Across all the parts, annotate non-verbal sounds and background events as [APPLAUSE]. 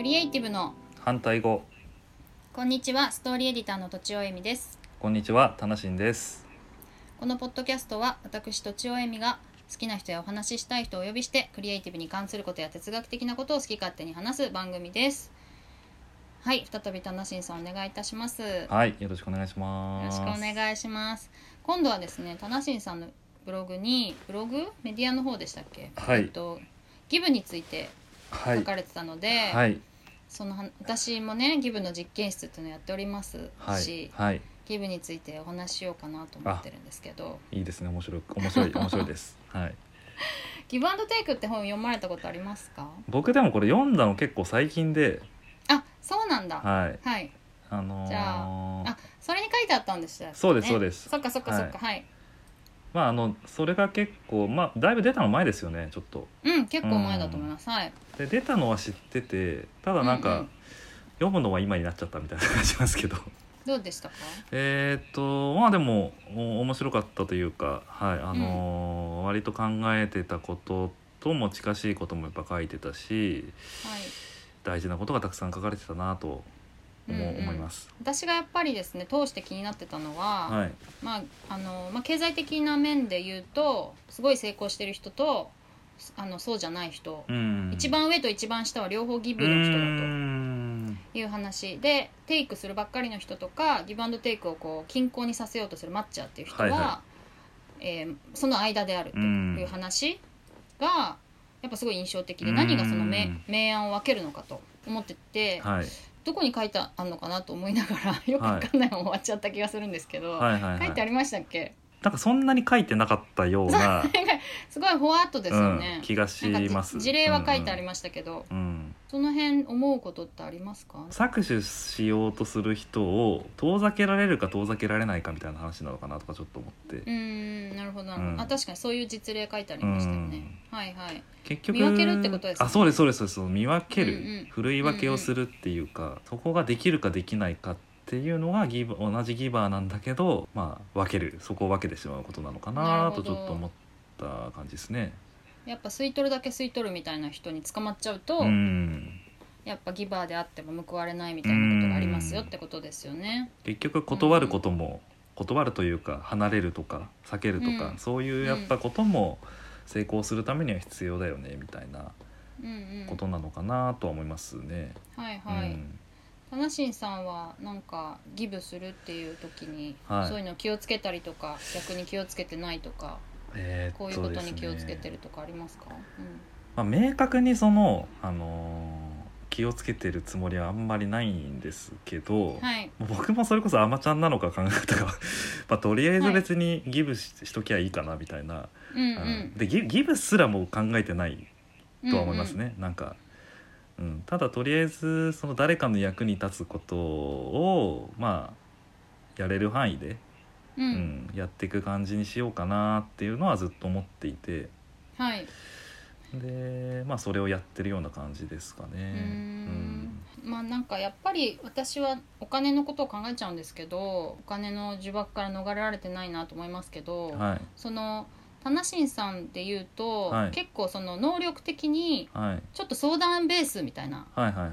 イティブの反対語こんにちはストーリーエディターのとちおえみですこんにちはたなしんですこのポッドキャストは私とちおえみが好きな人やお話ししたい人をお呼びしてクリエイティブに関することや哲学的なことを好き勝手に話す番組ですはい再びたなしんさんお願いいたしますよはいよろしくお願いしまろしすくお願いします今度はですねたなしんさんのブログにブログメディアの方でしたっけはいえっとギブについては書いかれてたので、はいその話私もねギブの実験室っていうのをやっておりますはしい、はいギブについてお話ししようかなと思ってるんですけどいいですね面白い面白い [LAUGHS] 面白いですはい「ギブアンドテイク」って本読まれたことありますか僕でもこれ読んだの結構最近であそうなんだははいい、あのーじゃあそれに書いてあったんでしたっけねそうですそうですそっかそっかそっかはい、まああのそれが結構まあだいぶ出たの前ですよねちょっとうん結構前だと思いますはいで出たのは知っててただなんか、うんうん読むのは今になっちゃったみたいな感じなんですけどどうでしたかえーっとまあでもお面白かったというか、はいあのー割と考えてたこととも近しいこともやっぱ書いてたしはい大事なことがたくさん書かれてたなと思,、うんうん思います。私がやっぱりですね通して気になってたのは、はい、まああのまあ、経済的な面で言うとすごい成功してる人とあのそうじゃない人、うん一番上と一番下は両方ギうブの人だとーんいう話でテイクするばっかりの人とかギブアンドテイクをこう均衡にさせようとするマッチャーっていう人は、はいはえーその間であるとうんいう話がやっぱすごい印象的で何がその明うん明暗を分けるのかと思ってて、はいどこに書いてあるのかなと思いながらよくわかんないまま終わっちゃった気がするんですけど、はいはいは書いてあいりましたっけなんかそんなに書いてなかったようなすごいほわっとですようねん、。気がしなんかまじす。事例は書いてありまましたけど、す。うんその辺思うことってありますか搾取しようとする人を遠ざけられるか遠ざけられないかみたいな話なのかなとかちょっと思って、うーんなるほどなるほど、うんあ確かにそういう実例書いてありましたよね、はいはい結局見分けるってことですよねあそうですそうですそうです見分ける、うんうんふるい分けをするっていうか、そこができるかできないかっていうのがギブ同じギバーなんだけどまあ分けるそこを分けてしまうことなのかなとなるほちどょっと思った感じですね。やっぱ吸い取るだけ吸い取るみたいな人に捕まっちゃうと、うんやっぱギバーであっても報われないみたいなことがありますよってことですよね、結局断ることも、断るというか離れるとか避けるとか、うんそういうやっぱことも成功するためには必要だよねみたいなうんうこんとなのかなとは思いますね。はいはい、うんタナシンさんはなんかギブするっていう時に、はいそういうの気をつけたりとか逆に気をつけてないとかえーっこういうことに気をですつねけてるとかありますかまあ、明確にその、あのー気をつけてるつもりはあんまりないんですけど、うん、はいもう僕もそれこそ「あまちゃん」なのか考え方が [LAUGHS] まあとりあえず別にギブし,、しときゃいいかなみたいな、うんううんんでギギブすらもう考えてないとは思いますうんうんね、なんか、うん、ただとりあえずその誰かの役に立つことをまあやれる範囲で、うんうんやっていく感じにしようかなっていうのはずっと思っていて。はいでまあそれをやってるような感じですかね。うーんまあなんかやっぱり私はお金のことを考えちゃうんですけどお金の呪縛から逃れられてないなと思いますけど、うんはいその田無さんで言うと、はい結構その能力的にはいちょっと相談ベースみたいなはいはいはい。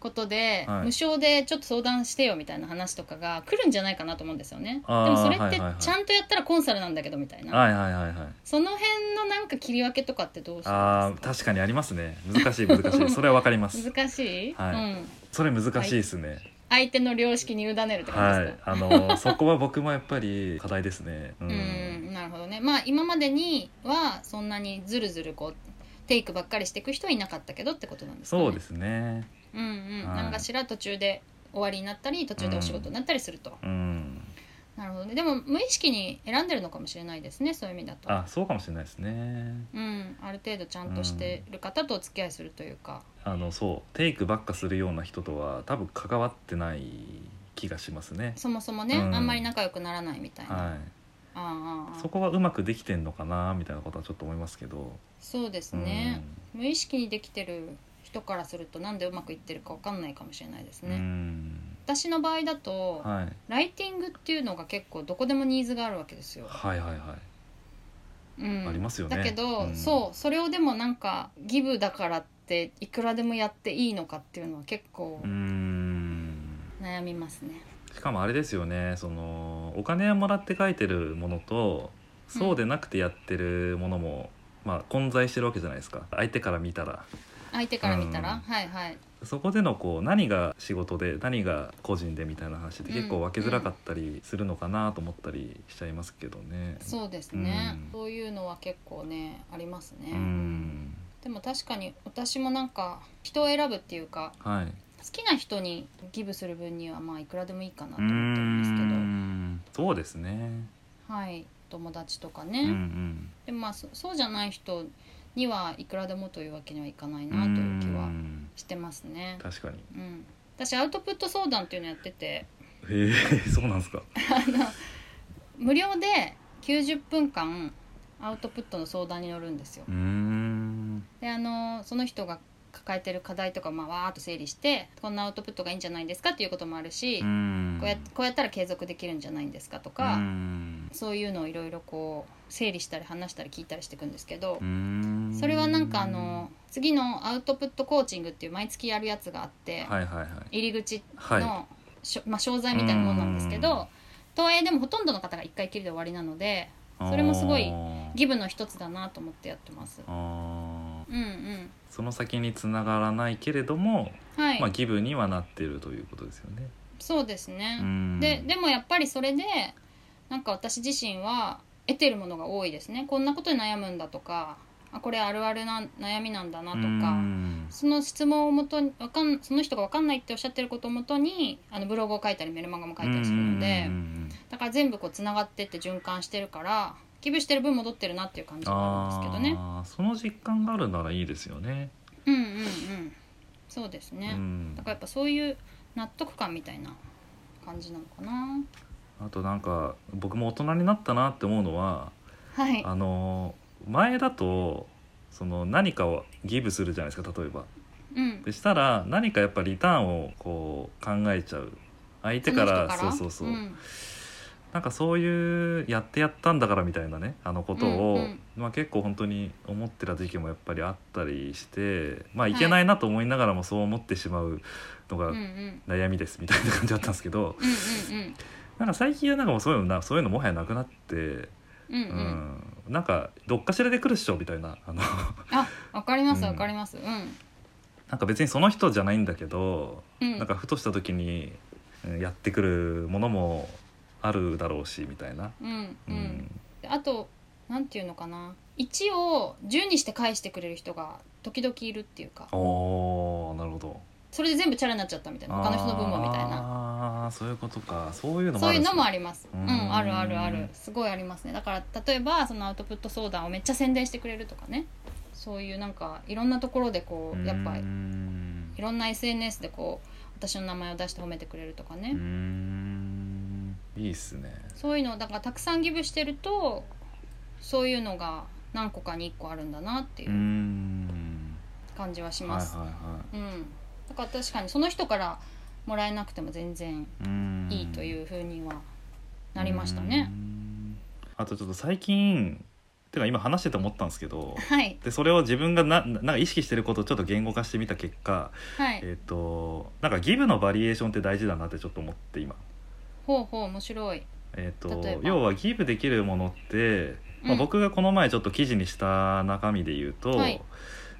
ことで、はい無償でちょっと相談してよみたいな話とかが来るんじゃないかなと思うんですよね。であーもそれっはいてはいはいちゃんとやったらコンサルなんだけどみたいな、はいはいはいはい。その辺のなんか切り分けとかってどうしまああ確かにありますね。難しい難しい。それはわかります [LAUGHS] す。難しい、はいうん、それ難しいですね。相手の良識に委ねるって感じはですかい。あのそこは僕もやっぱり課題ですね。う。うんんなるほどねまあ今までにはそんなにずるずるこうテイクばっかりしていく人はいなかったけどってことなんですか、ね、そうですね。うんうん、はいなんかしら途中で終わりになったり途中でお仕事になったりすると、うん。なるほどねでも無意識に選んでるのかもしれないですねそういう意味だとあそうかもしれないですね。うんある程度ちゃんとしてる方とお付き合いするというか、あのそうテイクばっかするような人とは多分関わってない気がしますね。そもそもね、うんあんまり仲良くならないみたいな、はああああい。そこはうまくできてんのかなみたいなことはちょっと思いますけど。そうですうんね、無意識にできてる人からするとなんでうまくいってるかわかんないかもしれないですね、うん私の場合だと、はい、ライティングっていうのが結構どこでもニーズがあるわけですよ。はいはいはいうん、ありますよねだけど、うんそうそれをでもなんかギブだからってしていくらでもやっていいのかっていうのは結構うーん悩みますね。しかもあれですよねそのお金をもらって書いてるものとそうでなくてやってるものも、まあ、混在してるわけじゃないですか相手から見たら相手から見たら、うんはいはいそこでのこう何が仕事で何が個人でみたいな話って結う構ん分けづらかったりするのかなと思ったりしちゃいますけどね。そうですね、うんそういうのは結構ねありますね、うんでも確かに私もなんか人を選ぶっていうかはい、好きな人にギブする分にはまあいくらでもいいかなうとー思ってるんですけど、んそうですね。はい友達とかうね、んでもまあそそうじゃない人にはいくらでもというわけにはいかないうんなという気うはんしてますね確かに。うん私アウトプット相談っていうのやっててへえそうなんですか。無料で90分間アウトプットの相談に乗るんですようーんであのその人が抱えてる課題とかまあわーっと整理してこんなアウトプットがいいんじゃないんですかっていうこともあるし、うんこうやこうやったら継続できるんじゃないんですかとか、うんそういうのをいろいろこう整理したり話したり聞いたりしていくんですけどう、んそれはなんかあの次のアウトプットコーチングっていう毎月やるやつがあって、はいはいはい。入り口はい。のしょ、まあ、商材みたいなものなんですけうんど東映でもほとんどの方が1回きりで終わりなのでそれもすごいあーギブの一つだなと思ってやってます。あーうんうんその先に繋がらないけれども、はい、まあギブにはなってるということですよね。そうですね、うんででもやっぱりそれでなんか私自身は得てるものが多いですねこんなことに悩むんだとかあこれあるあるな悩みなんだなとうかんその質問をもとにわかんその人が分かんないっておっしゃってることをもとにあのブログを書いたりメルマガも書いたりするのでうんうんうんだから全部こうつながってって循環してるから寄付してる分戻ってるなっていう感じがあるんですけどね。あーその実感があるならいいですよね。うんうんうん、そうですね、うんだからやっぱそういう納得感みたいな感じなのかな。あとなんか僕も大人になったなって思うのは、はい、あのー前だとその何かをギブするじゃないですか例えば。うん、でしたら何かやっぱリターンをこう考えちゃう相手からその人そうそうそう、んなんかそういうやってやったんだからみたいなねあのことを、うんうんまあ、結構本当に思ってた時期もやっぱりあったりしてまあいけないなと思いながらもそう思ってしまうのうがんうん悩みですみたいな感じだったんですけど、 [LAUGHS] うんうんなんか最近はなんかもうそういうのなそういうのもはやなくなって、うんうんううんんなんかどっかしらで来るっしょみたいなあのあわかりますうんわかりますうんなんか別にその人じゃないんだけどうんなんかふとした時にうんやってくるものもあるだろうしみたいな。うんううんんあとなんていうのかな1を10にして返してくれる人が時々いるっていうかおーなるほどそれで全部チャラになっちゃったみたいな他の人の分もみたいななあーそういうことかそういうのもそあういうるんですねのもありますううんんあるあるあるすごいありますねだから例えばそのアウトプット相談をめっちゃ宣伝してくれるとかねそういうなんかいろんなところでこうやっぱうーいんろんな SNS でこう私の名前を出して褒めてくれるとかねうーんいいっすねそういうのだからたくさんギブしてるとそういうのが何個かに1個あるんだなってういーうん感じはしはいはまいす、はうん、だから確かにその人からもらえなくても全然いうーんいいというふうにはなりましたねうー、んあとちょっと最近てか今話してて思ったんですけどはいでそれを自分がななんか意識してることをちょっと言語化してみた結果はいえっ、となんかギブのバリエーションって大事だなってちょっと思って今ほうほう面白いえー、例えとば要はギブできるものって、まうあ、ん僕がこの前ちょっと記事にした中身で言うと、はい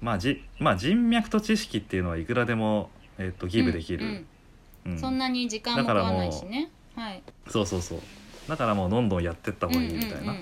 まあ、じまあ人脈と知識っていうのはいくらでも、えー、とギブできる、うんううんんそんなに時間も食わないしねはいそうそうそうだからもうどんどんやってった方がいいみたいな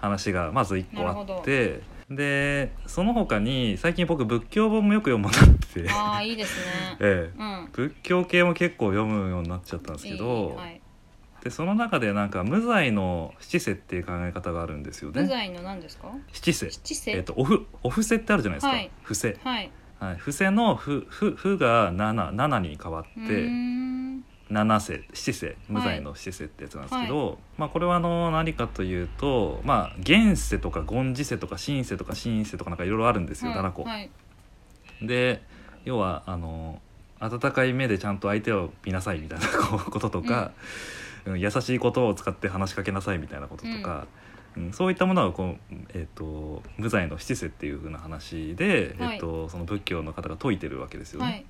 話がまず1個あって、でその他に最近僕仏教本もよく読むようになってて、ああいいですね [LAUGHS] ええうん仏教系も結構読むようになっちゃったんですけど、いいはい、でその中でなんか無罪の七世っていう考え方があるんですよ無ね。罪の何ですか七世七世、えっと、おふ、お伏せってあるじゃないですか。はい伏せ。はいはい、伏せのふ、ふ、ふが七、七に変わうっーて。ん七世、七世、無罪の七世ってやつなんですけど。はまあ、これはあの、何かというと、まあ、現世とか、権次世とか、新世とか、新世とか、なんかいろいろあるんですよ、はい七個。はいで、要は、あの。温かい目でちゃんと相手を見な [LAUGHS] さいみたいなこうこととか、うん優しいことを使って話しかけなさいみたいなこととか、うんそういったものはこう、えー、と無罪の七世っていう風な話で、はいえー、とその仏教の方が説いてるわけですよね。はい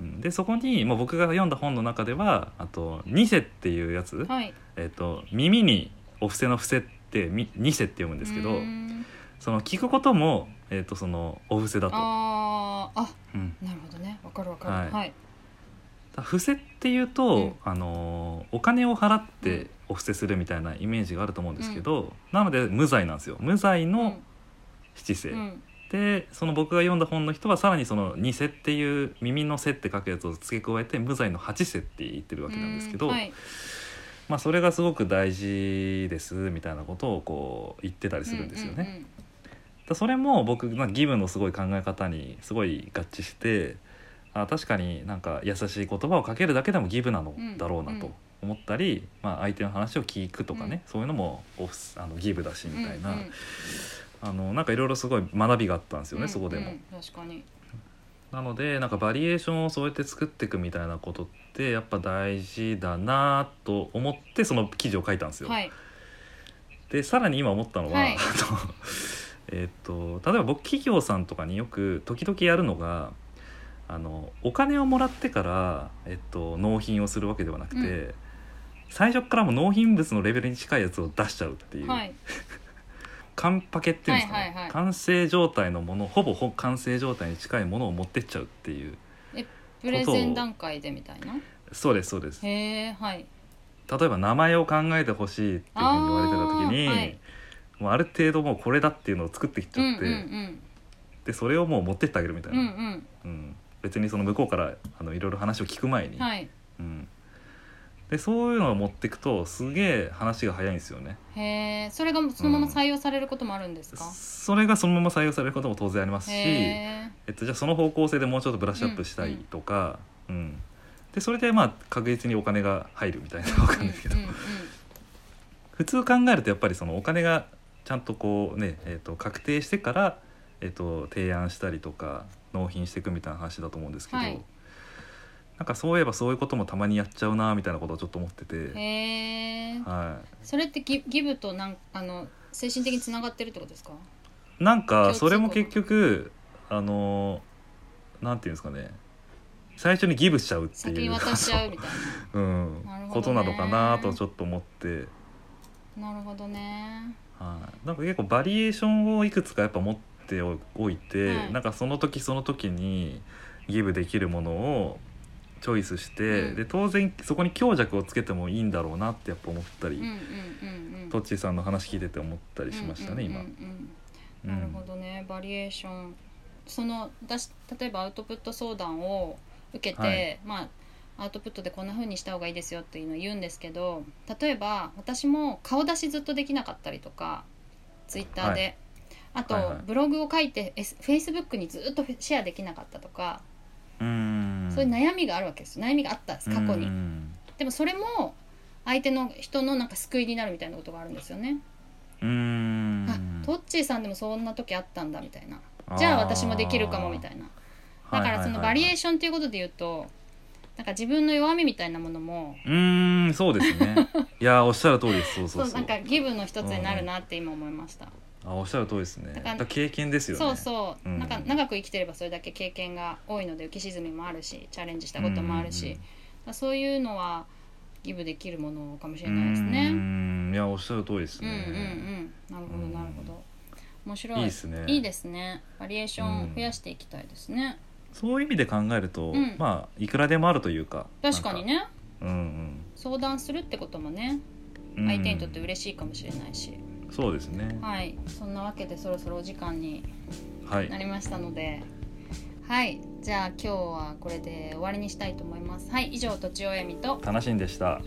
うんでそこに、まあ、僕が読んだ本の中ではあと「ニセ」っていうやつ、はいえー、と耳にお伏せの伏せってみニセって読むんですけうどーんその聞くことも、えー、とそのお伏せだと。あーあうんなるほどねわかるわかるは、はいいだ伏せっていうと、うんあのーお金を払っうんてお布施するみたいなイメージがあると思うんですけど、なので無罪なんですよ無罪うんの七世、うんでその僕が読んだ本の人はさらにその「二世」っていう耳の「世」って書くやつを付け加えて無罪の八世って言ってるわけなんですけど、うんはいまあ、それがすごく大事ですみたいなことをこう言ってたりするんですよね。うんうんうんだそれも僕なんか義務のすごい考え方にすごい合致してあ確かになんか優しい言葉をかけるだけでも義務なのだろうなうんと思ったり、まあ、相手の話を聞くとかね、そういうのもオフあの義務だしみたいな、うんうんあのなんかいろいろすごい学びがあったんですよね、うんそこでも。うん確かになのでなんかバリエーションをそうやって作っていくみたいなことってやっぱ大事だなと思ってその記事を書いたんですよ。はいでさらに今思ったのは、はいあの [LAUGHS] えーっと例えば僕企業さんとかによく時々やるのがあのお金をもらってから、えっと、納品をするわけではなくて、うん最初からもう納品物のレベルに近いやつを出しちゃうっていう、はい完パケっていうんですかね、はいはいはい完成状態のものほぼほ完成状態に近いものを持ってっちゃうっていうプレゼン段階でみたいなそうですそうですへえはい例えば名前を考えてほしいっていうふうに言われてた時にあーはいもうある程度もうこれだっていうのを作ってきちうんゃうっんて、でそれをもう持ってってあげるみたいうんうな、んうん別にその向こうからあのいろいろ話を聞く前うに、んはいうん、でそういうのを持っていくとすげえ話が早いんですよねへえそれがそのまま採用されることもあるんですか、それがそのまま採用されることも当然ありますし、えへっと、じゃあその方向性でもうちょっとブラッシュアップしたいとか、うんでそれでまあ確実にお金が入るみたいな [LAUGHS] わかんないですけど、うんうんうん普通考えるとやっぱりそのお金がちゃんとこうね、えっと確定してから、えっと提案したりとか納品していくみたいな話だと思うんですけど、はいなんかそういえばそういうこともたまにやっちゃうなみたいなことをちょっと思ってて、へえはそれってギギブとなんあの精神的につながってるってことですかい、なん共か通それも結局あのなんていうんですかね最初にギブしちゃうって先いにう渡しちゃうみたい [LAUGHS] うんなるほどねことなのかなとちょっと思って。ななるほどねはい、なんか結構バリエーションをいくつかやっぱ持っておいて、はいなんかその時その時にギブできるものをチョイスして、うんで当然そこに強弱をつけてもいいんだろうなってやっぱ思ったり、うんうんうんうんトッチーさんの話聞いてて思ったりしましたね、うんうん今う。んううんんなるほどねバリエーションその私例えばアウトプット相談を受けて、はいまあアウトプットでこんな風にした方がいいですよっていうのを言うんですけど例えば私も顔出しずっとできなかったりとかツイッターで、はあと、はいはいブログを書いて S フェイスブックにずっとシェアできなかったとか、うーんそういう悩みがあるわけですよ悩みがあったんです過去に、うんでもそれも相手の人のなんか救いになるみたいなことがあるんですよね、うーんあトッチーさんでもそんな時あったんだみたいなじゃあ私もできるかもみたないなだからそのバリエーションっていうことで言うとなんか自分の弱みみたいなものもうーんそうですねいやーおっしゃる通りですそうそそううそうなんかギブの一つになるなって今思いました、あおっしゃる通りですねだだからから経験ですよねそうそう、うんなんか長く生きてればそれだけ経験が多いので浮き沈みもあるしチャレンジしたこともあるし、うんうんうんだからそういうのはギブできるものかもしうれーないですね、んいやおっしゃる通りですうんうんね。うんなるほどうんなるほど面白いいいですねいいですねバリエーションを増やしていきたいですね、そういう意味で考えると、うんまあいくらでもあるというか。確かにね。ねうん相談するってこともねうん。相手にとってれ嬉しいかもしれないし、そうですね。はいそんなわけでそろそろお時間にはいな。りましたのではいじゃあ今日はこれで終わりにしたいと思いますはい以上とちおえみと楽しんでした。